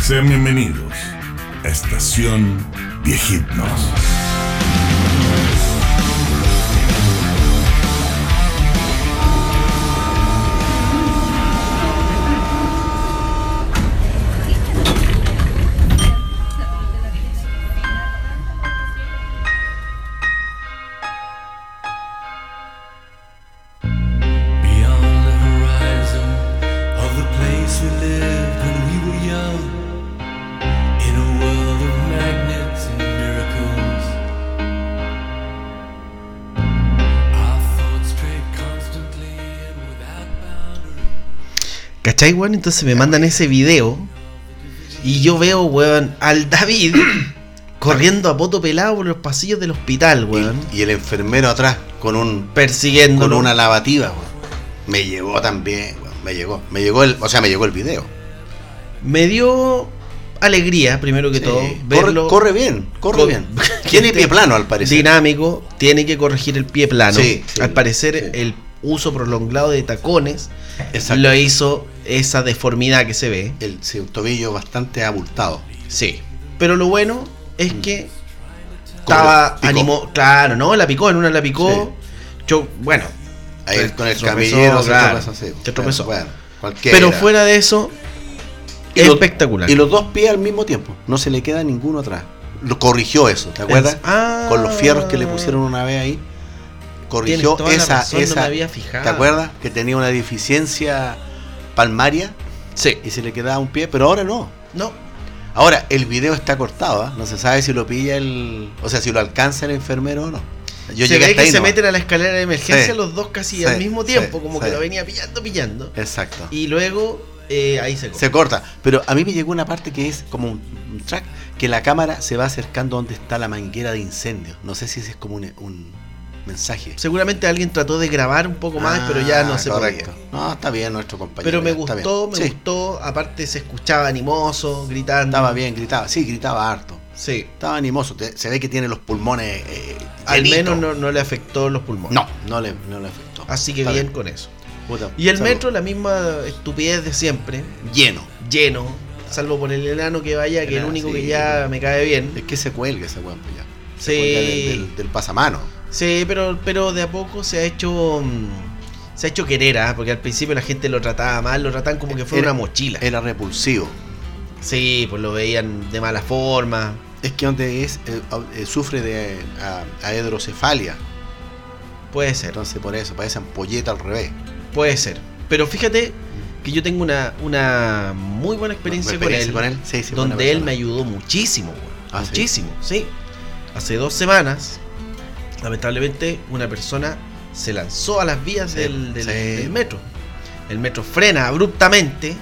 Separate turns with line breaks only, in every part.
Sean bienvenidos a Estación Viejitnos.
Beyond the horizon of the place we lived when we were young, in a world of magnets and miracles, our thoughts strayed constantly and without boundary.
¿Cachai, weón? Entonces me mandan ese video y yo veo, weón, al David corriendo a poto pelado por los pasillos del hospital, weón.
Y, y el enfermero atrás con un
Persiguiendo.
con una lavativa, weón. Me llegó también, weón, Me llegó. Me llegó el. O sea, me llegó el video.
Me dio alegría, primero que
Sí.
todo,
Corre-
verlo
corre, bien, corre
Cor-
bien. Tiene pie plano al parecer.
dinámico. Tiene que corregir el pie plano.
Sí, sí,
al parecer,
sí.
el uso prolongado de tacones
Exacto.
lo hizo esa deformidad que se ve.
El, sí, un tobillo bastante abultado.
Sí. Pero lo bueno es que
Mm. Corre,
estaba
picó.
animó, claro, ¿no? La picó, en una la picó. Yo, bueno,
Ahí
Pues,
con el
tropezó,
camillero se
claro,
tropezó, sí.
se tropezó.
Bueno, cualquiera.
pero fuera de eso,
Y lo-
espectacular.
Y los dos pies al mismo tiempo. No se le queda ninguno atrás. Lo corrigió eso, ¿te acuerdas?
Ah.
Con los fierros que le pusieron una vez ahí. Corrigió
Tienes toda la
esa,
razón, no
esa.
me había fijado.
¿Te acuerdas? Que tenía una deficiencia palmaria
Sí.
y se le quedaba un pie, pero ahora no.
No,
Ahora, el video está cortado, ¿ah? No se sabe si lo pilla el. O sea, si lo alcanza el enfermero o no. Yo
se
llegué
ve
hasta
que
ahí.
se
nomás.
meten a la escalera de emergencia
Sí.
los dos casi
Sí,
al mismo
sí,
tiempo, como que
sí.
lo venía pillando, pillando.
Exacto.
Y luego eh, ahí se,
Se corta. Pero a mí me llegó una parte que es como un, un track, que la cámara se va acercando donde está la manguera de incendio. No sé si ese es como un, un mensaje.
Seguramente alguien trató de grabar un poco más, pero ya no
Ah,
se
correcto.
podía.
No, está bien nuestro compañero.
Pero me
ya, está
gustó, me
bien. Sí,
gustó. Aparte se escuchaba animoso, gritando.
Estaba bien, gritaba. Sí, gritaba harto.
Sí.
Estaba animoso. te- se ve que tiene los pulmones. eh,
Al
llenitos.
menos no, no le afectó los pulmones.
No, no le, no le afectó.
Así que
Está
bien con eso.
Puta,
Y el
salud.
metro, la misma estupidez de siempre.
lleno.
Lleno. Salvo por el enano que vaya, que el
Enano,
único
sí.
que ya me cae
Es
bien.
que se cuelga ese weón, pues ya. Se
Sí.
cuelga del, del- del pasamano.
Sí, pero, pero de a poco se ha hecho. mm, Se ha hecho querer, ah, porque al principio la gente lo trataba mal, lo trataban como que fuera
Era-
una mochila.
Era repulsivo.
Sí, pues lo veían de mala forma.
Es que donde es, eh, au- eh, sufre de a- aedrocefalia.
Puede ser,
Entonces por eso, parece ampolleta al revés.
puede ser. Pero fíjate que yo tengo una, una muy buena experiencia,
¿Experiencia
con él,
Sí, sí, buena
donde él me
persona.
ayudó muchísimo, güey.
Ah, ¿sí?
muchísimo, ¿sí? Hace dos semanas, lamentablemente, una persona se lanzó a las vías
Sí,
del, del-
sí.
del metro. El metro frena abruptamente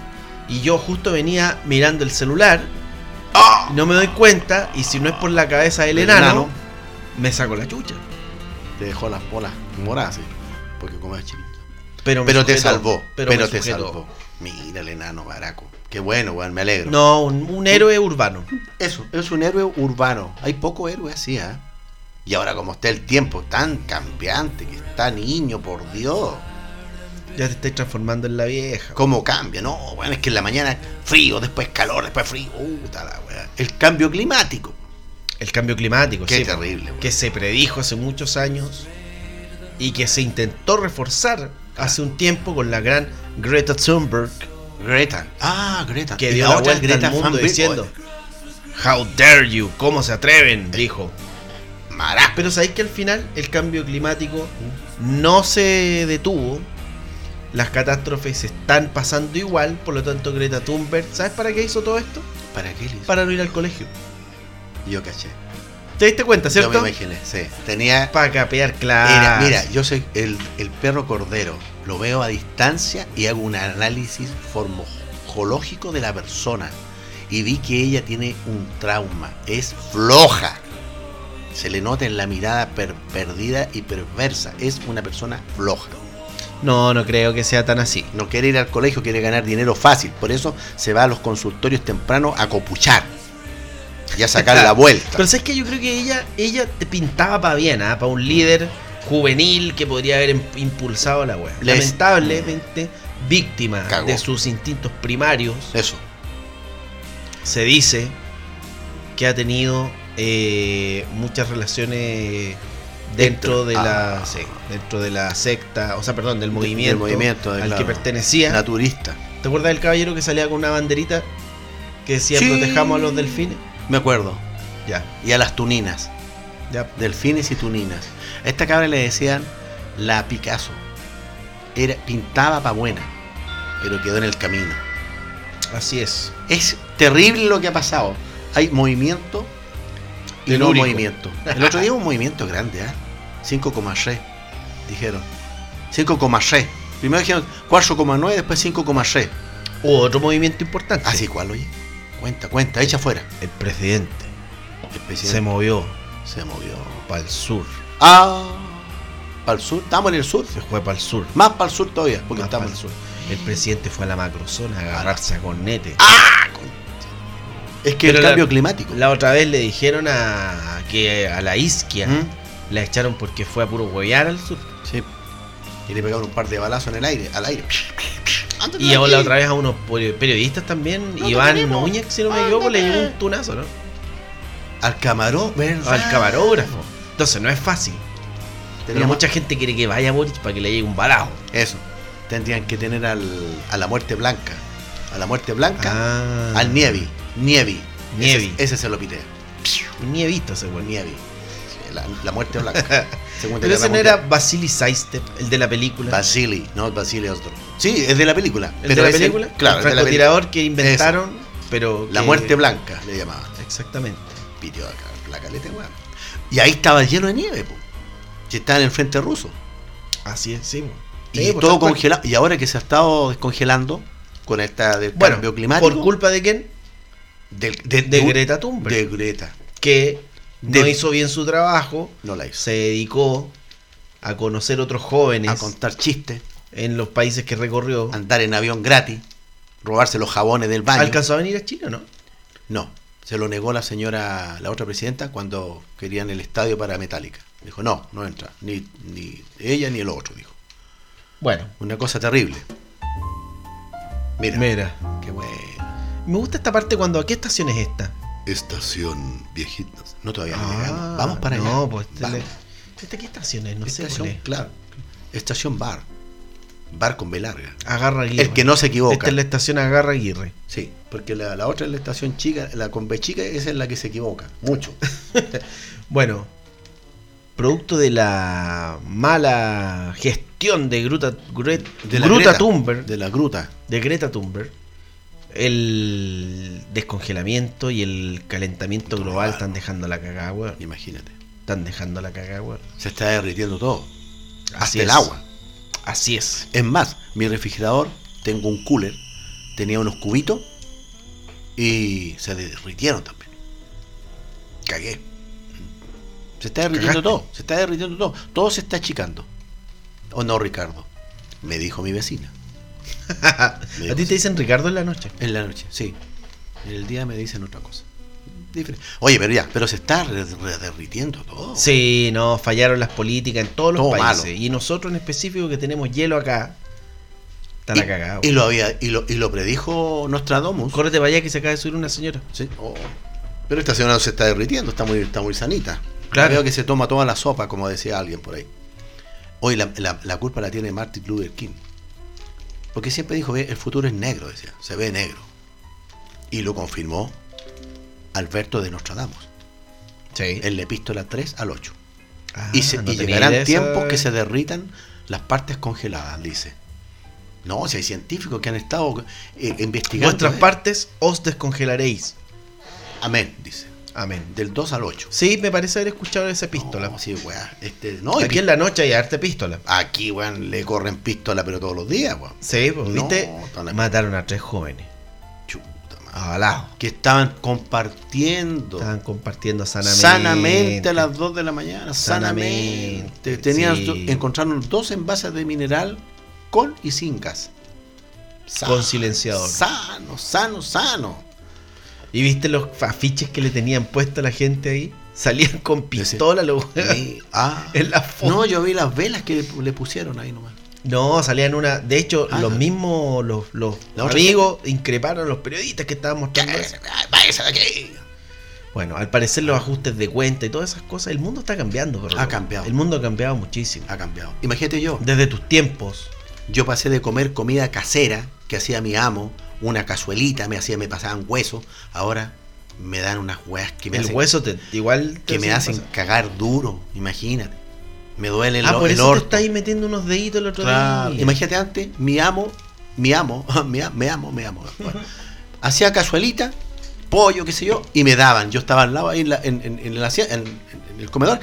y yo justo venía mirando el celular, no me doy cuenta y si no es por la cabeza del
El
enano,
¡Ah! enano.
me saco la chucha.
Te dejó las bolas moradas, sí. Porque como es chiquito.
Pero, me
Pero te
sujetó,
salvó. Pero,
me
te
sujetó.
salvó. Mira el enano baraco. Qué bueno, weón, me alegro.
No, un, un héroe urbano.
Eso, es un héroe urbano. Hay poco héroe así, ¿ah? Y ahora como está el tiempo tan cambiante, que está niño, por Dios.
Ya te estáis transformando en la vieja.
¿Cómo cambia? No, bueno, es que en la mañana frío, después calor, después frío. Puta la weá. El cambio climático.
El cambio climático,
Qué
sí,
terrible, weón.
que se predijo hace muchos años y que se intentó reforzar hace un tiempo con la gran Greta Thunberg
Greta. Ah, Greta.
que
Y
dio
la
la
otra es
vuelta al mundo
Thunberg.
diciendo How dare you, cómo se atreven, dijo.
Oye, Maraco.
Pero sabéis que al final el cambio climático no se detuvo. Las catástrofes se están pasando igual, por lo tanto Greta Thunberg, ¿sabes para qué hizo todo esto?
¿Para qué le hizo?
Para no ir al colegio.
Yo caché.
¿Te diste cuenta,
Yo
cierto?
me imaginé, sí. Tenía.
Para capear,
Mira,
claro.
mira, yo soy el, el perro cordero. Lo veo a distancia y hago un análisis formocológico de la persona. Y vi que ella tiene un trauma. Es floja. Se le nota en la mirada per- perdida y perversa. Es una persona floja.
No, no creo que sea tan así.
No quiere ir al colegio, quiere ganar dinero fácil. Por eso se va a los consultorios temprano a copuchar. Y a sacar la vuelta.
Pero sabes que yo creo que ella, ella te pintaba para bien, para un líder juvenil que podría haber em- impulsado la web.
Les-
Lamentablemente, víctima
Cagó.
de sus instintos primarios,
Eso.
se dice que ha tenido eh, muchas relaciones dentro
Dentro.
de la
Ah.
sí, dentro de la secta, o sea, perdón, del movimiento,
Del movimiento,
al
claro.
que pertenecía.
Naturista.
¿Te acuerdas del caballero que salía con una banderita que decía
Sí.
protejamos a los delfines?
Me acuerdo.
Ya,
Y a las tuninas.
ya.
Delfines y tuninas. A esta cabra le decían la Picasso. Era, pintaba pa' buena, pero quedó en el camino.
Así es.
Es terrible lo que ha pasado. Hay movimiento y no
Telúrico.
movimiento. El otro día hubo un movimiento grande, ¿ah? 5,3 dijeron. 5,3. Primero dijeron 4,9, después 5,3.
Hubo otro movimiento importante.
Así cual, Ah, oye. Cuenta, cuenta, echa fuera.
El presidente
El
se
presidente
movió
se, movió.
para el sur.
Ah, para el sur, estamos en el sur.
Se fue para el sur.
Más para el sur todavía, porque
Más
estamos
pa'l
en el sur.
sur. El presidente fue a la macrozona a agarrarse a cornete.
Es que
Pero
el
la-
cambio climático.
La otra vez le dijeron a que a la isquia
¿Mm?
la echaron porque fue a puro huevear al sur.
Sí. Y le pegaron un par de balazos en el aire, al aire.
Y ahora la otra vez a unos peri- periodistas también,
No
Iván
tenemos.
Núñez, si no me
Ah,
equivoco,
no
le llevó
te-
un tunazo, ¿no?
Al camarón, ¿verdad?
Al camarógrafo. Entonces no es fácil. Pero
Teníamos-
mucha gente quiere que vaya Boric para que le llegue un balazo.
Eso. Tendrían que tener al, a la muerte blanca. A la muerte blanca.
Ah.
Al Nievi. Nievi.
Nievi.
Ese, ese se lo pité.
Un nievito ese weón.
Nievi. Sí, La, la muerte blanca. Segunda
Pero ese
Guerra
no era
Mundial.
Vasily Saistep, el de la película.
Basili, no Basili Osdorf. Sí, es de la película.
¿El
pero
de la
es el-
película? el
claro, es de la película.
francotirador que inventaron, pero.
La
que-
muerte blanca le llamaban.
Exactamente.
Pitió acá, la caleta, weón. Y ahí estaba lleno de nieve, po. Y estaba en el frente ruso.
Así es, sí. po.
Y
Sí, pues, po,
todo
tal cual.
congelado. Y ahora que se ha estado descongelando con esta del
Bueno,
cambio climático.
¿por culpa de quién?
del- de,
De
de-
Greta Thunberg.
De Greta.
Que no
de-
hizo bien su trabajo,
No la hizo.
se dedicó a conocer otros jóvenes
A contar chistes,
en los países que recorrió.
andar en avión gratis, robarse los jabones del baño.
¿Alcanzó a venir a Chile o no?
No, se lo negó la señora, la otra presidenta, cuando querían el estadio para Metallica. Dijo, no, no entra. Ni, ni ella ni el otro, dijo.
Bueno,
Una cosa terrible. Mira,
mira.
qué bueno.
Me gusta esta parte cuando. ¿A qué estación es esta?
Estación Viejitos.
No todavía no
Ah,
llegamos. Vamos para allá.
No, pues. Este,
Vamos.
le- este, ¿Qué estación es? No sé.
estación,
cuál es.
claro. Estación bar. Bar con B larga.
Agarra Aguirre.
El que no se equivoca.
Esta Este es la estación Agarra Aguirre.
Sí, porque la, la otra es la estación chica, la con B chica, esa es la que se equivoca. Mucho.
Bueno, producto de la mala gestión de Gruta, Gret-
De la
Gruta
Greta,
Thunberg, de,
De la gruta.
Greta Thunberg, el descongelamiento y el calentamiento global están dejando la cagada, weón.
Imagínate.
Están dejando la cagada, weón.
Se está derritiendo todo.
Así
hasta el
es.
agua.
Así es.
Es más, mi refrigerador, tengo un cooler, tenía unos cubitos y se derritieron también. Cagué. Se está
Cagaste.
derritiendo todo, se está derritiendo todo. Todo se está achicando. ¿O no, Ricardo? Me dijo mi vecina. Me
A ti
dijo
te
así.
dicen Ricardo en la noche.
En la noche, sí. En el día me dicen otra cosa. Diferente. Oye, pero ya, pero se está re- re- derritiendo todo.
Sí, no, fallaron las políticas en todos los
Todo
países.
malo.
Y nosotros en específico que tenemos hielo acá, están
y,
a cagada.
y lo había, y lo, y lo predijo Nostradamus.
Córrete para allá que se acaba de subir una señora.
Sí. Oh. Pero esta señora no se está derritiendo, está muy, está muy sanita.
Claro.
Veo que se toma toda la sopa, como decía alguien por ahí. Hoy la, la- la culpa la tiene Martin Luther King. Porque siempre dijo, "Ve, el futuro es negro, decía, se ve negro. Y lo confirmó Alberto de Nostradamus,
Sí.
en la epístola 3 al 8.
Ah,
y se-
no
y
tenía
llegarán
idea
tiempos
esa.
que se derritan las partes congeladas, dice. No, si hay científicos que han estado eh, investigando.
Vuestras
eh.
partes os descongelaréis.
Amén, dice.
Amén.
Del 2 al 8.
Sí, me parece haber escuchado esa pistola.
No, sí, weá. Este, no, y
Aquí
pi-
en la noche hay arte pistola.
aquí, weón, le corren pistola, pero todos los días, weón.
Sí, pues,
No,
¿viste?
tan la-
Mataron a tres jóvenes.
Chuta madre.
A balazo.
Que estaban compartiendo
Estaban compartiendo sanamente.
sanamente. a las 2 de la mañana. Sanamente.
Sanamente,
Tenían,
sí.
Encontraron dos envases de mineral con y sin gas. Sano,
Con silenciador.
Sano, sano, sano.
¿Y viste los afiches que le tenían puesto a la gente ahí? Salían con pistola los weones.
Y- ah,
En la foto.
no, yo vi las velas que le, le pusieron ahí nomás.
No, salían una. De hecho,
Ah.
los mismos, los, los
La otra
amigos increparon a los periodistas que estaban
Ya,
mostrando eso.
váyase de aquí.
Bueno, al parecer los ajustes de cuenta y todas esas cosas, el mundo está cambiando, Gordo.
Ha cambiado.
El mundo ha cambiado muchísimo.
Ha cambiado. Imagínate yo.
Desde tus tiempos.
Yo pasé de comer comida casera que hacía mi amo, una cazuelita me hacía, me pasaban hueso. Ahora me dan unas hueas que me
el
hacen,
hueso te, igual te
que me hacen
pasar.
cagar duro. Imagínate. Me duele el,
Ah,
o-
por
el
eso te
orto.
estás ahí metiendo unos deditos el otro
Claro.
día.
Imagínate antes, mi amo, mi amo, mi a- me amo, me amo. Bueno, hacía cazuelita, pollo, qué sé yo, y me daban. Yo estaba al lado ahí en, la- en- en- en la sien- en- en el comedor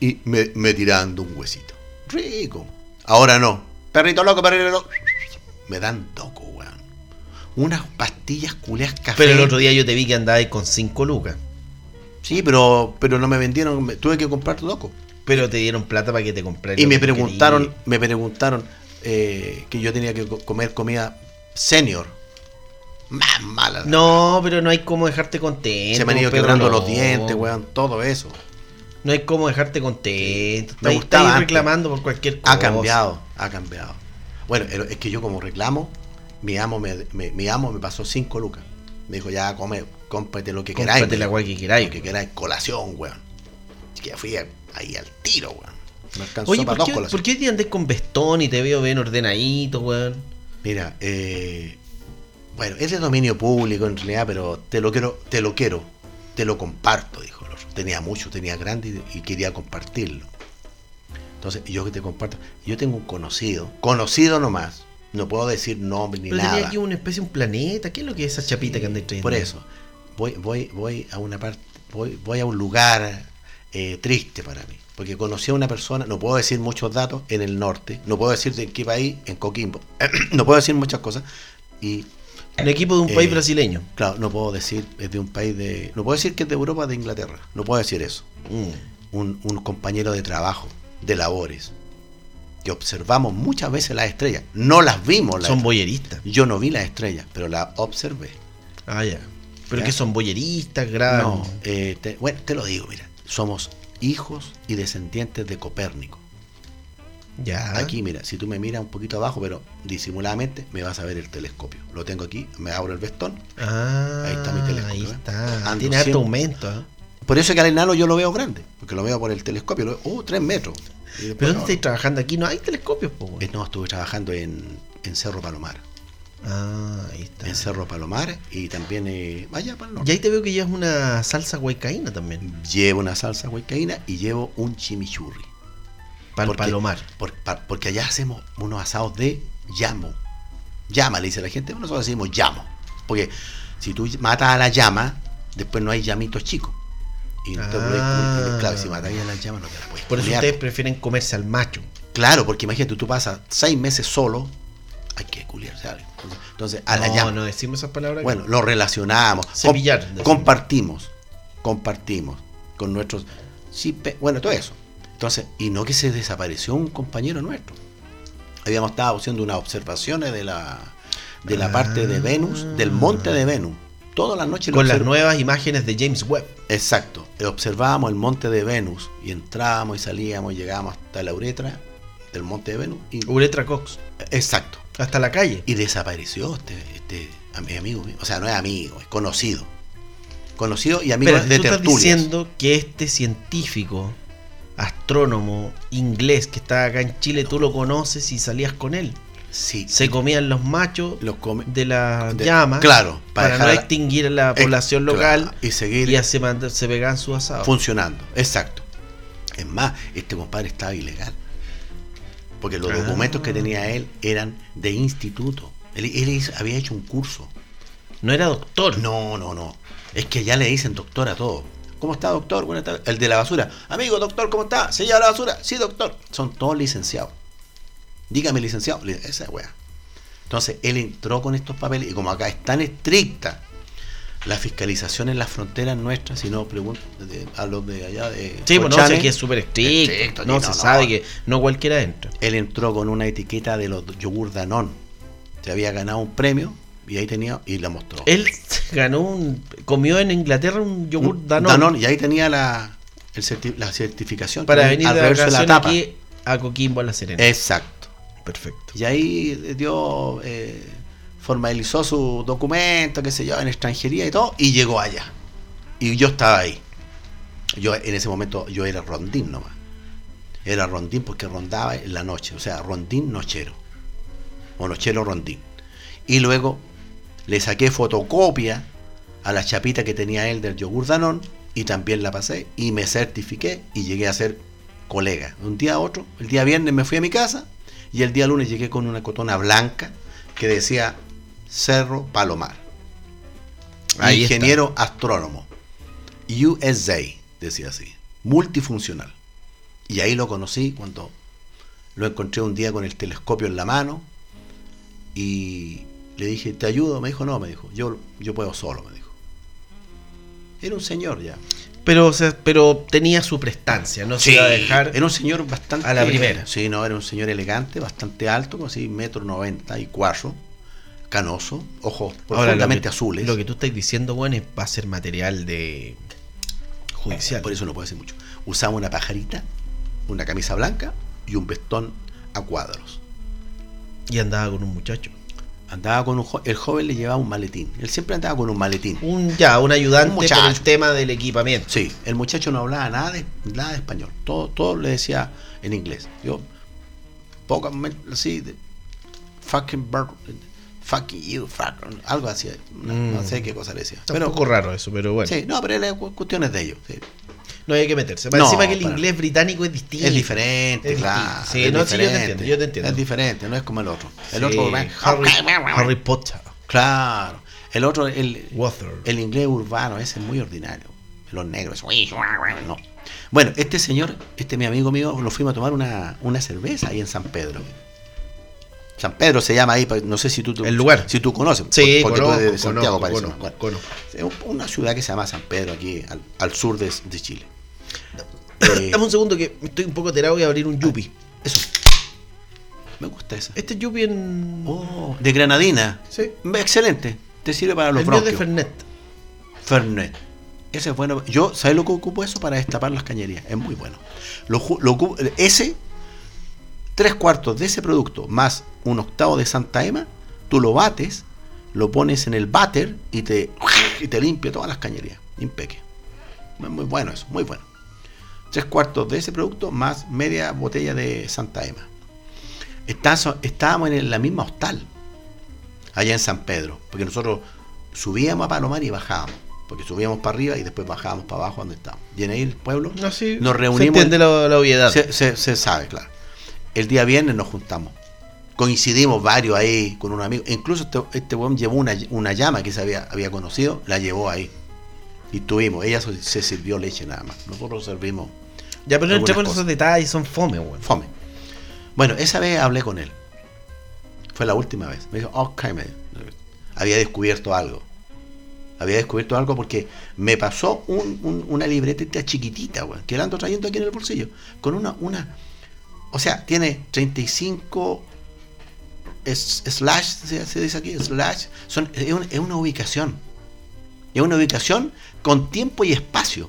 y me, me tiraban de un huesito. Rico. Ahora no. Perrito loco, perrito loco. Me dan toco, weón. Unas pastillas culeas café.
Pero el otro día yo te vi que andabas con 5 lucas.
Sí, pero, pero no me vendieron, me- tuve que comprar toco.
Pero te dieron plata para que te compraras.
Y
lo
me
que
preguntaron,
querías.
me preguntaron eh, que yo tenía que co- comer comida senior. Más mala.
No, pero no hay cómo dejarte contento.
se me han ido
Pedro,
quebrando
no.
los dientes, weón, todo eso.
No hay cómo dejarte contento.
Me
Estás-
gustaba
estás
antes.
reclamando por cualquier cosa.
Ha cambiado, ha cambiado. Bueno, el- es que yo como reclamo, mi amo me, me- mi amo me pasó 5 lucas. Me dijo, ya come, cómprate lo que queráis. pues.
Cómprate la weá
weón,
que queráis.
lo que queráis, colación, weón. Así que fui a- ahí al tiro, weón. Me alcanzó
Oye,
para
¿por
dos
qué,
colaciones.
¿por qué hoy día andás con vestón y te veo bien ordenadito, weón?
Mira, eh, bueno, es de dominio público en realidad, pero te lo quiero, te lo quiero, te lo comparto, dijo el otro. Tenía mucho, tenía grande y, y quería compartirlo. Entonces, yo que te comparto, yo tengo un conocido, conocido nomás, no puedo decir nombre ni
Pero tenía
nada.
aquí una especie, un planeta. ¿Qué es lo que es esa chapita que andáis trayendo?
Por eso, voy, voy, voy a una parte, voy, voy a un lugar eh, triste para mí. Porque conocí a una persona, no puedo decir muchos datos, en el norte, no puedo decir de qué país, en Coquimbo, no puedo decir muchas cosas. Y
Un equipo de un
Eh,
país brasileño.
Claro, no puedo decir, es de un país de. No puedo decir que es de Europa, de Inglaterra. No puedo decir eso.
Mm.
Un, un compañero de trabajo, de labores, que observamos muchas veces las estrellas. No las vimos. Las
Son
estrellas.
boyeristas.
Yo no vi las estrellas, pero las observé.
Ah, ya. Pero
¿Ya?
que son boyeristas, graban.
No, eh, te- bueno, te lo digo, mira. Somos hijos y descendientes de Copérnico.
Ya.
Aquí, mira, si tú me miras un poquito abajo, pero disimuladamente, me vas a ver el telescopio. Lo tengo aquí, me abro el vestón.
Ah,
Ahí está mi telescopio,
Ahí
¿eh?
está.
Ando
Tiene harto
siempre-
aumento. ¿eh?
Por eso es que al enano yo lo veo grande, porque lo veo por el telescopio, lo veo, oh, tres metros. Y
¿Pero
después, no,
dónde pues? estáis trabajando aquí? No hay telescopios, po,
eh,
weón.
no, estuve trabajando en, en Cerro Palomar.
Ah, ahí está.
En Cerro Palomar y también eh, allá para el
Y
norte.
ahí te veo que llevas una salsa huaycaína también.
Llevo una salsa huaycaína y llevo un chimichurri.
Para
Porque-
palomar.
por- pa- porque allá hacemos unos asados de llamo. Llama, le dice la gente, bueno, nosotros decimos llamo. Porque si tú matas a la llama, después no hay llamitos chicos. Y no te
Ah.
puedes- claro, si matas a la llama no te la puedes
Por eso
culiar.
ustedes prefieren comerse al macho.
Claro, porque imagínate, tú pasas seis meses solo, hay que culiarse algo. Entonces, entonces, a la
no,
llama.
no decimos esas palabras.
Bueno, lo relacionamos. com-
Cepillar, decimos.
compartimos. Compartimos con nuestros. sí, pe- bueno, todo eso. Entonces, y no que se desapareció un compañero nuestro. Habíamos estado haciendo unas observaciones de la, de la parte de Venus, del monte de Venus. Todas las noches lo
con las
observ-
nuevas imágenes de James Webb.
Exacto. Observábamos el monte de Venus y entrábamos y salíamos y llegábamos hasta la uretra del monte de Venus. Y,
Uretra Cox.
exacto.
Hasta la calle.
Y desapareció este, este a mi amigo. mío. O sea, no es amigo, es conocido. Conocido y amigo
Pero tú
de
estás
tertulias.
diciendo que este científico, astrónomo inglés que está acá en Chile, tú lo conoces y salías con él.
Sí.
Se comían los machos
Los come-
de las
de-
llamas
Claro,
para,
para dejar
no
la-
extinguir a la población
Eh,
local
claro, y seguir
y se, manda- se pegaban sus asados.
funcionando. Exacto. Es más, este compadre estaba ilegal. Porque los
Ah.
documentos que tenía él eran de instituto. Él, él hizo- había hecho un curso.
No era doctor.
No, no, no. Es que ya le dicen doctor a todo. ¿Cómo está, doctor? Buenas tardes. El de la basura. Amigo, doctor, ¿cómo está? ¿Se lleva la basura? Sí, doctor. Son todos licenciados. Dígame, licenciado. Li- Esa weá. Entonces, él entró con estos papeles y como acá es tan estricta la fiscalización en las fronteras nuestras, si no, pregunto de- a los de allá de...
Sí, pues no
Cochane,
sé que es súper estricto.
Estricto,
no,
sí,
se
no, no.
sabe que no cualquiera entra.
Él entró con una etiqueta de los yogur Danón. Se había ganado un premio y ahí tenía... Y la mostró.
Él ganó un. comió en Inglaterra un yogur
Un
Danone,
y ahí tenía la, el certi- la certificación.
para
Tenía
venir
al
de
reverso
vacaciones aquí a Coquimbo a La
Eh,
Serena.
Exacto.
Perfecto.
Y ahí dio, eh, formalizó su documento, qué sé yo, en extranjería y todo, y llegó allá. Y yo estaba ahí. Yo en ese momento yo era rondín nomás. Era rondín porque rondaba en la noche, o sea, rondín nochero. O nochero rondín. Y luego le saqué fotocopia a la chapita que tenía él del yogur Danón y también la pasé y me certifiqué y llegué a ser colega. De un día a otro, el día viernes me fui a mi casa y el día lunes llegué con una cotona blanca que decía Cerro Palomar.
Ahí
ingeniero astrónomo. USA, decía así. Multifuncional. Y ahí lo conocí cuando lo encontré un día con el telescopio en la mano y le dije, ¿te ayudo? Me dijo, no, me dijo, yo, yo puedo solo, me dijo. Era un señor ya.
Pero, o sea, pero tenía su prestancia, no se iba a dejar.
Era un señor bastante.
a la primera.
Sí, no, era un señor elegante, bastante alto, como así, metro noventa y cuatro, canoso, ojos
Ahora, lo
profundamente
que,
azules.
Lo que tú estás diciendo, bueno, es- va a ser material de judicial.
Por eso no puedo decir mucho. Usaba una pajarita, una camisa blanca y un vestón a cuadros.
Y andaba con un muchacho.
Andaba con un jo- el joven le llevaba un maletín. Él siempre andaba con un maletín.
Un ya, un ayudante
Un
por
muchacho.
el tema del equipamiento.
Sí, el muchacho no hablaba nada de, nada de español. Todo, todo le decía en inglés. Yo, pocas así, de- fucking bird, fucking you, fuck, algo así. No, no
Mm.
sé qué cosa le decía.
Pero, un poco raro eso, pero bueno.
Sí, no, pero era cu- cuestiones de ellos. sí.
No hay que meterse. Más
No,
encima que el
para-
inglés británico es distinto.
Es diferente,
es
claro.
distinto. Sí,
es
no, sí, yo te entiendo, yo te entiendo.
Es diferente, no es como el otro. El
Sí,
otro,
Harry, Harry Potter.
claro. El otro, el,
Water.
El inglés urbano, ese es muy ordinario. Los negros, no. Bueno, este señor, este mi amigo mío, nos fuimos a tomar una, una cerveza ahí en San Pedro. San Pedro se llama ahí, pa- no sé si tú, tú-
El lugar.
si tú conoces,
sí,
porque tú
conozco,
eres de
conozco,
Santiago parece.
conozco,
Bueno,
conozco.
es un- una ciudad que se llama San Pedro aquí al, al sur de, de Chile. Eh, Ah.
Dame un segundo que estoy un poco terado y voy a abrir un yupi.
eso. Me gusta eso.
Este yupi en...
Oh, de granadina.
sí.
Excelente. Te sirve para los
El mío de
bronquios.
Fernet.
Fernet. Ese es bueno. Yo, ¿sabes lo que ocupo eso? Para destapar las cañerías. Es muy bueno. Lo, ju- lo ocupo- ese, tres cuartos de ese producto más un octavo de Santa Ema, tú lo bates, lo pones en el váter y te, y te limpia todas las cañerías. Impeque. Es muy bueno eso, muy bueno. Tres cuartos de ese producto más media botella de Santa Ema. Estás- estábamos en la misma hostal, allá en San Pedro, porque nosotros subíamos a Palomar y bajábamos, porque subíamos para arriba y después bajábamos para abajo donde estábamos. Y en ahí el pueblo
No, Ah, sí,
nos
Se
reunimos.
entiende la, la obviedad.
Se, se- se sabe, claro. El día viernes nos juntamos. Coincidimos varios ahí con un amigo. Incluso este, este weón llevó una, una llama que se había, había conocido, la llevó ahí. Y tuvimos. Ella so- se sirvió leche nada más. Nosotros servimos
ya, pero no
algunas
entremos en
cosas.
esos detalles, son fome, weón.
fome. Bueno, esa vez hablé con él. Fue la última vez. Me dijo, ok, me dijo. había descubierto algo. Había descubierto algo porque me pasó un- un- una libretita chiquitita, weón, que la ando trayendo aquí en el bolsillo. Con una, una. O sea, tiene 35 es- slash, se, se dice aquí, slash. Son, es, un- es una ubicación. Es una ubicación con tiempo y espacio.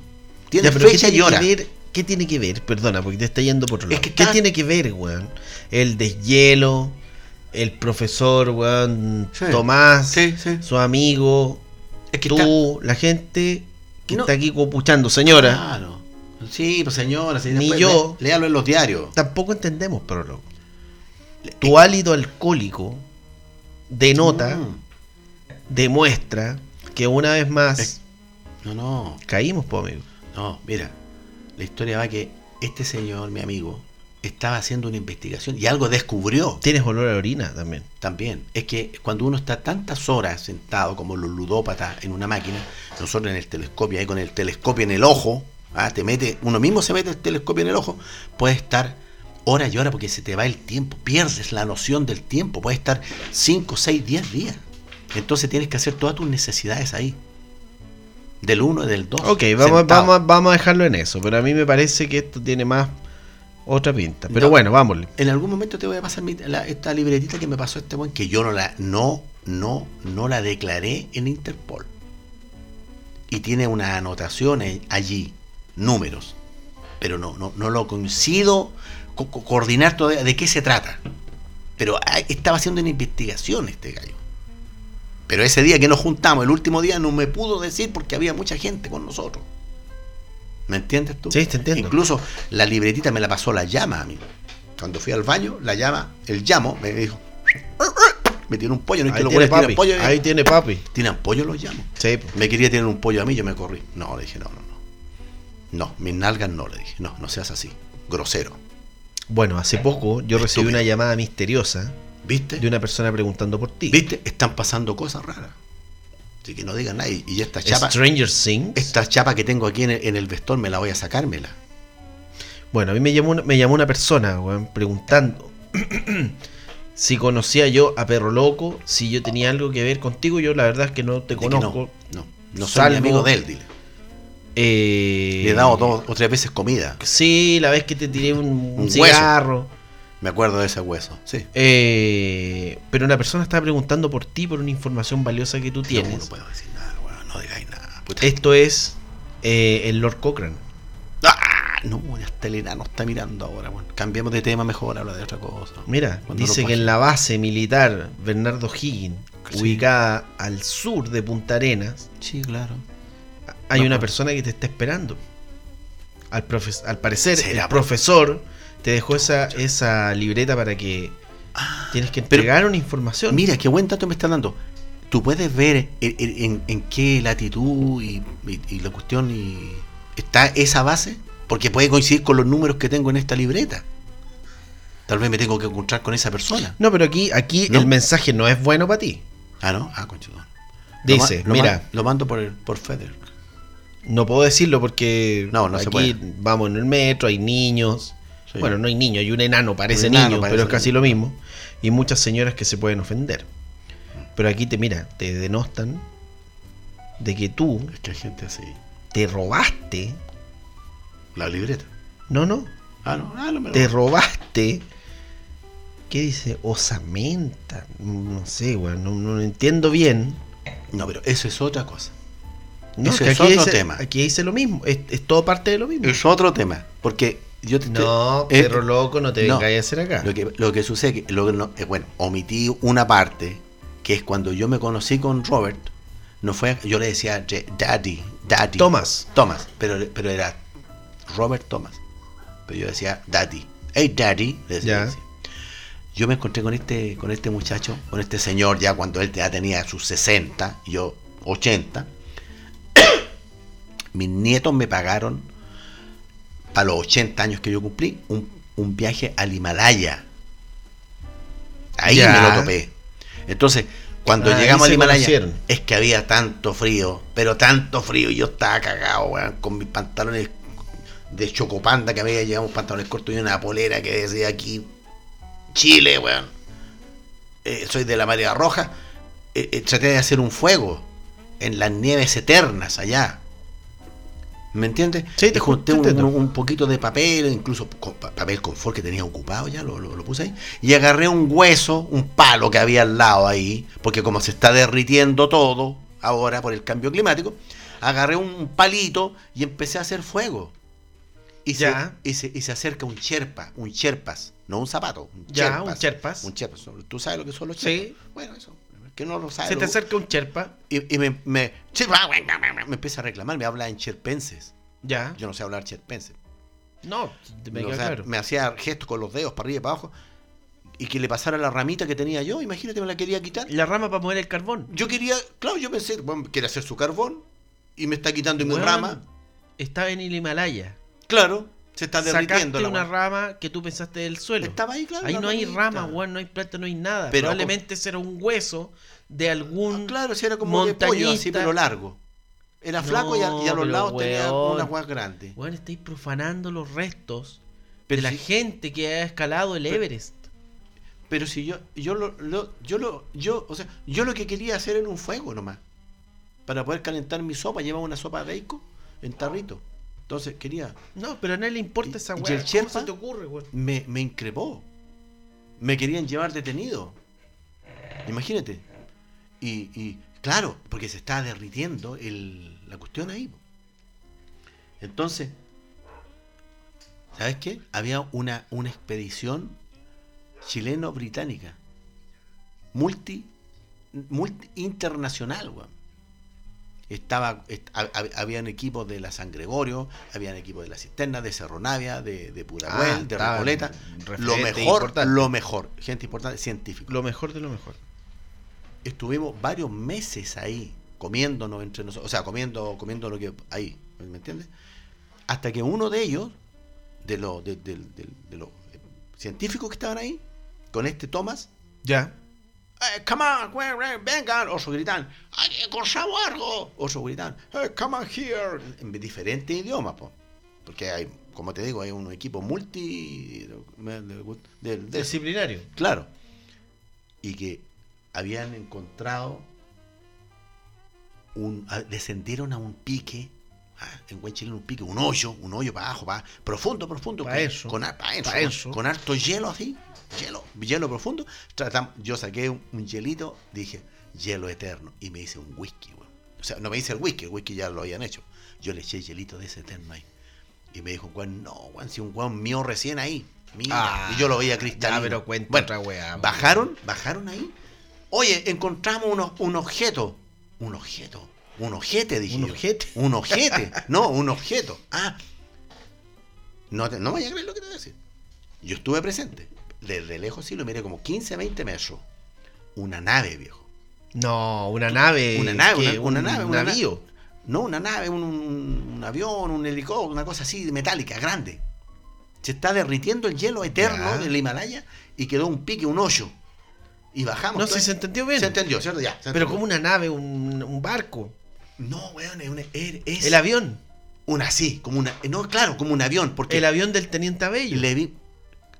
Tiene
Ya, pero
fecha
¿qué
y hora.
tiene que ver? ¿Qué tiene que ver? Perdona, porque te está yendo por otro
Es
lado.
que
¿Qué
está-
tiene que ver, weón? El deshielo, el profesor, weón,
Sí.
Tomás,
Sí, sí.
su amigo,
Es que está-
tú, la gente que
No.
está aquí copuchando. Señora,
Claro. Sí, pues señora, sí,
Ni
después
yo.
le- Léalo en los diarios.
tampoco entendemos, pero loco. Tu álido alcohólico denota,
Mm.
demuestra que una vez más
Es- No, no,
caímos, po, amigo.
no. Mira, la historia va que este señor, mi amigo, estaba haciendo una investigación y algo descubrió
Tienes olor a orina también.
también. Es que cuando uno está tantas horas sentado como los ludópatas en una máquina, nosotros en el telescopio, ahí con el telescopio en el ojo, ah, te mete, uno mismo se mete el telescopio en el ojo, puede estar horas y horas porque se te va el tiempo, pierdes la noción del tiempo, puede estar 5, 6, 10 días. Entonces tienes que hacer todas tus necesidades ahí. Del 1 y del 2.
Ok, vamos, vamos, a- vamos a dejarlo en eso, pero a mí me parece que esto tiene más otra pinta. Pero
No.
bueno, vámonos.
En algún momento te voy a pasar mi- la- esta libretita que me pasó este buen que yo no la no no no la declaré en Interpol. Y tiene unas anotaciones allí, números. pero no, no, no lo coincido co- co- coordinar todavía de qué se trata. Pero ah, estaba haciendo una investigación este gallo. Pero ese día que nos juntamos, el último día, no me pudo decir porque había mucha gente con nosotros. ¿Me entiendes tú?
Sí, te entiendo.
Incluso la libretita me la pasó la llama, amigo. Cuando fui al baño, la llama, el llamo, me dijo, me tiene un pollo, no es que
Ahí
los
tiene
buenos
papi.
tiran pollo.
Ahí tiene papi.
Tienen pollo los llamo.
Sí, po.
Me quería tener un pollo a mí, yo me corrí. No, le dije, no, no, no. No, mis nalgas no, le dije. No, no seas así. Grosero.
Bueno, hace poco yo recibí
Eh, Estúpido.
una llamada misteriosa
¿Viste?
de una persona preguntando por ti.
¿Viste? Están pasando cosas raras. Así que no digan nada. Y y esta chapa,
Stranger Things.
esta chapa que tengo aquí en el, en el vestón, me la voy a sacármela.
Bueno, a mí me llamó, una- me llamó una persona, weón, preguntando si conocía yo a Perro Loco, si yo tenía algo que ver contigo. Yo la verdad es que no te
De que no,
conozco.
No, no soy
Salvo-
ni amigo de él, dile.
Eh,
Le he dado dos o tres veces comida.
Sí, la vez que te tiré un, un
hueso.
cigarro.
Me acuerdo de ese hueso. Sí.
Eh, pero una persona estaba preguntando por ti, por una información valiosa que tú
No,
tienes.
no puedo decir nada, weón. No digáis nada. Puta.
Esto es eh, el Lord Cochrane.
¡Ah! No, hasta el enano está mirando ahora, weón. Cambiemos de tema mejor, habla de otra cosa.
Mira,
Cuando lo
dice
pase.
que en la base militar Bernardo Higgin,
Sí.
ubicada al sur de Punta Arenas,
Sí, claro.
hay
Ajá.
una persona que te está esperando. Al, profes- al parecer,
¿Será
el
por-
profesor te dejó esa, esa libreta para que tienes que
Ah. pero-
entregar una información.
Mira, qué buen dato me está dando. Tú puedes ver en, en- en- en qué latitud y, y- y la cuestión y está esa base, porque puede coincidir con los números que tengo en esta libreta. Tal vez me tengo que encontrar con esa persona.
No, pero aquí, aquí
No.
el mensaje no es bueno para ti.
Ah, no, ah, conchito.
Dice, mira,
Lo mando por, el- por Feder.
no puedo decirlo porque
No, no se
aquí
puede.
vamos en el metro, hay niños.
Sí.
Bueno, no hay niños, hay un enano, parece
Un enano
niño,
parece
pero es casi
niño.
lo mismo. Y muchas señoras que se pueden ofender. Pero aquí te, mira, te denostan de que tú
Es que hay gente así.
te robaste.
La libreta.
No, no,
Ah, no, ah, no me lo-
te robaste. ¿Qué dice? Osamenta. No sé, weón, no, no lo entiendo bien.
No, pero eso es otra cosa.
No,
Ese
que
es
aquí,
otro
dice,
tema.
aquí dice lo mismo, es, es todo parte de lo mismo.
Es otro tema. Porque yo te
No,
eh,
perro loco, no te
no.
vengáis a hacer acá.
Lo que, lo que sucede es que, lo que no- eh, bueno, omití una parte, que es cuando yo me conocí con Robert, no fue, yo le decía "Ye- Daddy, Daddy.
Thomas.
Thomas, pero, pero era Robert Thomas. Pero yo decía Daddy. Hey Daddy. le decía
Ya.
así. Yo me encontré con este, con este muchacho, con este señor ya cuando él ya tenía sus 60, y yo 80. Mis nietos me pagaron para los 80 años que yo cumplí, un, un viaje al Himalaya. Ahí
Ya.
me lo topé. Entonces, cuando
Ah, ahí
llegamos al
se
Himalaya,
conocieron.
es que había tanto frío, pero tanto frío, y yo estaba cagado, weón, con mis pantalones de chocopanda que había llevado unos pantalones cortos y una polera que decía aquí Chile, weón. Eh, soy de la marea roja. Eh, eh, traté de hacer un fuego en las nieves eternas allá. ¿Me entiendes?
Sí, te
Y junté
ju-
un,
te entiendo.
un- un poquito de papel, incluso con pa- papel confort que tenía ocupado ya, lo, lo- lo puse ahí. Y agarré un hueso, un palo que había al lado ahí, porque como se está derritiendo todo ahora por el cambio climático, agarré un palito y empecé a hacer fuego. Y,
Ya.
Se, y, se, y se acerca un cherpa, un cherpas, no un zapato, un
Ya,
cherpas.
un cherpas.
Un cherpas. ¿Tú sabes lo que son los cherpas?
Sí.
Bueno, eso. Que no lo sabes.
Se te
lo-
acerca un cherpa,
y, y me, me, me empieza a reclamar, me habla en cherpenses.
ya.
Yo no sé hablar cherpenses.
No, te- Ah. me
O
queda
sea,
claro.
me hacía gestos con los dedos para arriba y para abajo. Y que le pasara la ramita que tenía yo, imagínate, me la quería quitar.
La rama para mover el carbón.
Yo quería, claro, yo pensé, bueno, quiere hacer su carbón y me está quitando mi
Weón,
rama.
Estaba en el Himalaya.
Claro, se está derritiendo
Sacaste
la
una
weá.
rama que tú pensaste del suelo.
Estaba ahí, claro.
Ahí
la
no hay
ramita.
rama, weón, no hay planta, no hay nada.
Pero-
Probablemente será un hueso de algún.
Ah, Claro, si era como de pollo, así,
montañista.
pero largo. Era
No,
flaco y a, y a
pero
los lados tenía
weón.
unas guas grandes.
Weón, estáis profanando los restos
Pero
de la
si-
gente que ha escalado el Everest.
Pero si yo, yo lo, lo- yo lo, yo, o sea, yo lo que quería hacer era un fuego nomás. Para poder calentar mi sopa, llevaba una sopa de bacon en tarrito. Entonces quería,
No, pero a nadie le importa
¿Y-
esa
y
weá.
el
¿Cómo
Sherpa?
se te ocurre, weón?
me, me increpó. Me querían llevar detenido. Imagínate. Y, y, claro, porque se está derritiendo el- la cuestión ahí. po. Entonces, ¿Sabes qué? Había una, una expedición chileno-británica. Multi, multi- internacional, weón. Estaba, est- hab- hab- habían equipos de la San Gregorio, habían equipos de la Cisterna, de Cerro Navia, de, de Pudahuel,
Ah,
de
estaba
Recoleta.
referente
Lo mejor,
importante.
lo mejor. Gente importante, científico.
Lo mejor de lo mejor.
estuvimos varios meses ahí comiéndonos entre nosotros, o sea, comiendo, comiendo lo que ahí, ¿me entiendes? Hasta que uno de ellos, de los de, de- de- de los eh, científicos que estaban ahí, con este Thomas,
Ya.
"Eh, come on, we- we- vengan, oso gritan, "Ay, encontramos algo, oso gritan, "Eh, come on here, en diferentes idiomas, po. porque hay, como te digo, hay un equipo multi del del- del-
Disciplinario.
Claro. Y que habían encontrado un. a- descendieron a un pique. ah, En buen chileno un pique, un hoyo, un hoyo para abajo, para, profundo, profundo,
Pa'
con,
eso.
con har- pa' eso,
Pa' eso.
con harto hielo así, hielo, hielo profundo. Tratam- yo saqué un, un hielito, dije, hielo eterno, y me hice un whisky, weón. O sea, no me hice el whisky, el whisky ya lo habían hecho. Yo le eché hielito de ese eterno ahí. Y me dijo, Juan, no, Juan, si un Juan mío recién ahí. Mira.
Ah,
y yo lo veía cristalino.
ya, pero cuenta
Bueno,
otra weá,
Bajaron, bajaron ahí. Oye, encontramos unos, un objeto. Un objeto. Un ojete, dije.
¿Un
yo.
ojete?
Un ojete. No, un objeto. Ah. No, te- no vaya a creer lo que te voy a decir. Yo estuve presente. Desde lejos sí lo miré como 15, 20 metros. Una nave, viejo.
No, una nave.
Una nave,
¿qué?
una, una
un
nave, una
navío.
na- no, una nave, un, un- un avión, un helicóptero, una cosa así metálica, grande. Se está derritiendo el hielo eterno
Ya.
del Himalaya y quedó un pique, un hoyo. Y bajamos.
No,
todo-
si se entendió bien.
Se entendió, ¿cierto? Ya. se
Pero
entendió.
como una nave, un, un barco.
No, weón, es, una, es- es
El avión.
una así, como una. No, claro, como un avión, porque
El avión del teniente Abello.
le vi.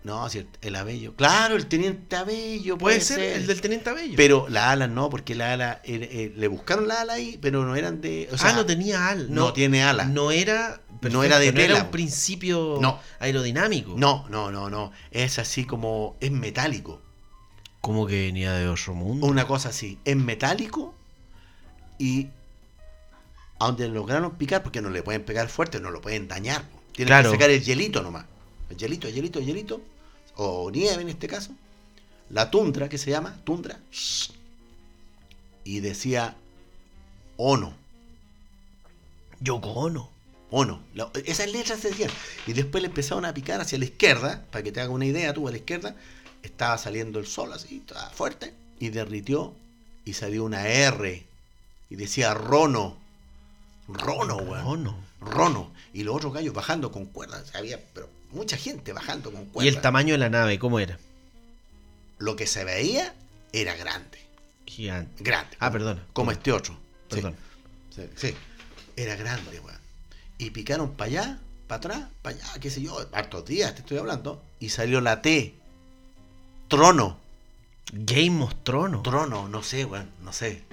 No, cierto, el abello. Claro, el teniente abello.
Puede ser el del teniente Abello.
Pero las alas no, porque la ala. era- eh, le buscaron la ala ahí, pero no eran de. O sea,
ah, no tenía al.
no tiene ala.
No era.
No era de
perfecto,
tela.
un principio
No.
aerodinámico.
No, no, no, no. Es así como. Es metálico.
Como que venía de otro mundo.
Una cosa así. Es metálico y. A donde lograron picar, porque no le pueden pegar fuerte, no lo pueden dañar. po. Tienen
Claro.
que sacar el hielito nomás. El hielito, el hielito, el hielito. O nieve en este caso. La tundra, que se llama. Tundra. Y decía. "Oh, Ono.
Yoko Ono.
O no. La- esas letras se decían. Y después le empezaron a picar hacia la izquierda, para que te haga una idea, tú a la izquierda, estaba saliendo el sol así, estaba fuerte, y derritió, y salió una R, y decía Rono. Rono, weón.
Ono.
Rono. Y los otros gallos bajando con cuerdas. Había pero mucha gente bajando con
¿Y
cuerdas.
el tamaño de la nave cómo era?
Lo que se veía era grande.
Gigante.
Grande.
Ah, perdona.
Como este otro. Sí.
Perdón.
Sí, sí. Era grande, weón. Y picaron para allá, para atrás, para allá, qué sé yo, hartos días te estoy hablando. Y salió la T. Trono.
Game of Tronos.
Trono, no sé, weón, no sé.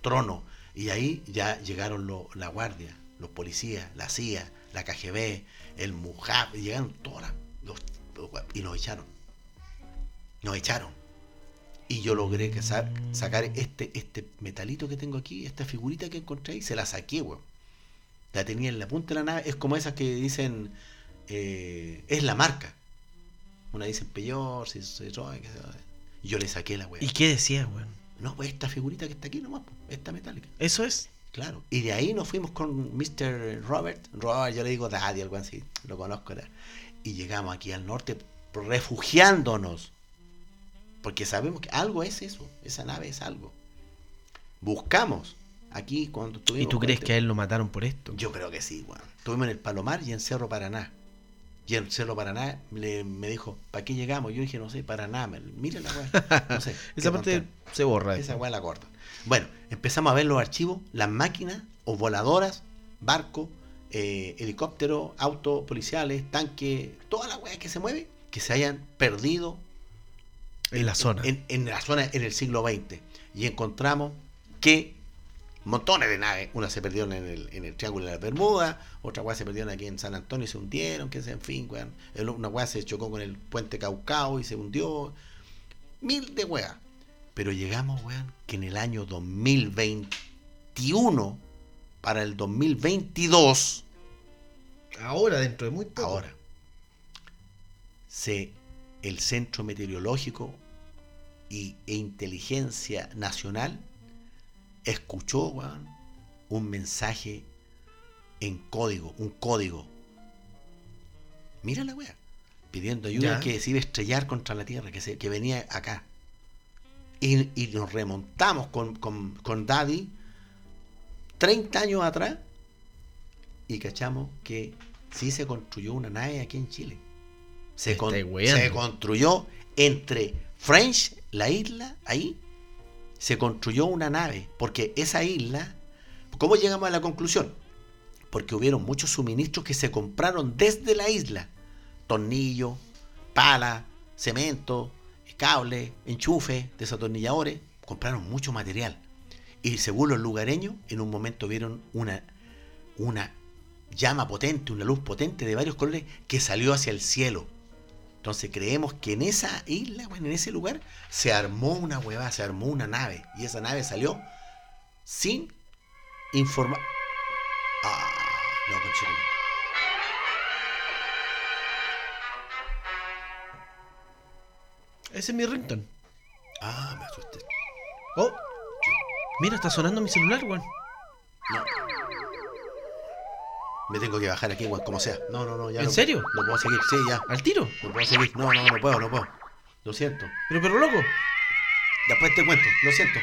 Trono. Y ahí ya llegaron lo- la guardia, los policías, la CIA, la KGB, el MUJAP, y llegaron todas las- los, los weón, y nos echaron. Nos echaron. Y yo logré que sa- sacar este, este metalito que tengo aquí, esta figurita que encontré y se la saqué, weón. La tenía en la punta de la nave. Es como esas que dicen, eh, es la marca. Una dicen Peyor, si Yo le saqué la weón.
¿Y qué decías, weón?
No, pues esta figurita que está aquí nomás, pues, esta metálica.
Eso es.
Claro. Y de ahí nos fuimos con Mr. Robert. Robert, yo le digo Daddy, algo así. Lo conozco. era. Y llegamos aquí al norte refugiándonos. Porque sabemos que algo es eso. Esa nave es algo. Buscamos. Aquí cuando estuvimos.
¿Y tú crees
con
que a él lo mataron por esto?
yo creo que sí, weón. Estuvimos en el Palomar y en Cerro Paraná. Y en Cerro Paraná le- me dijo, ¿para qué llegamos? Yo dije, no sé, Paraná. me- Mira la weá. No sé. qué
Esa parte
tontería.
se borra.
Esa weá la corta. Bueno, empezamos a ver los archivos, las máquinas o voladoras, barco, eh, helicóptero, autos policiales, tanques, toda la weá que se mueve, que se hayan perdido
en la zona.
en, en la zona en el siglo XX. Y encontramos que montones de naves, unas se perdieron en el, en el Triángulo de las Bermudas, otras weas se perdieron aquí en San Antonio y se hundieron, que se, en fin, weón. El- Una wea se chocó con el puente Caucao y se hundió. Mil de weas. Pero llegamos, weón, que en el año 2021 para el 2022
Ahora, dentro de muy
ahora. se, el Centro Meteorológico y, e Inteligencia Nacional escuchó weón, un mensaje en código, un código. Mira la wea. Pidiendo ayuda
Ya.
que se iba a estrellar contra la Tierra, que, se, que venía acá. Y, y nos remontamos con, con, con Daddy 30 años atrás y cachamos que sí se construyó una nave aquí en Chile. Se,
Me
con-
estáis weando.
se construyó entre French, la isla, ahí, se construyó una nave. Porque esa isla, ¿cómo llegamos a la conclusión? Porque hubieron muchos suministros que se compraron desde la isla. Tornillos, pala, cemento, cable, enchufe, desatornilladores. Compraron mucho material. Y según los lugareños, en un momento vieron una, una llama potente, una luz potente de varios colores que salió hacia el cielo. Entonces creemos que en esa isla, bueno, en ese lugar, se armó una huevada, se armó una nave. Y esa nave salió sin informar. Ah, no, conchetumare.
Ese es mi ringtone.
Ah, me asusté.
Oh, mira, está sonando mi celular, weón.
No. Me tengo que bajar aquí, weón, como sea. No, no, no, ya.
¿En
no-
serio?
No puedo seguir, sí, ya.
Al tiro.
No puedo seguir. No, no, no puedo, no puedo. Lo siento.
Pero, pero loco.
Después te cuento, lo siento.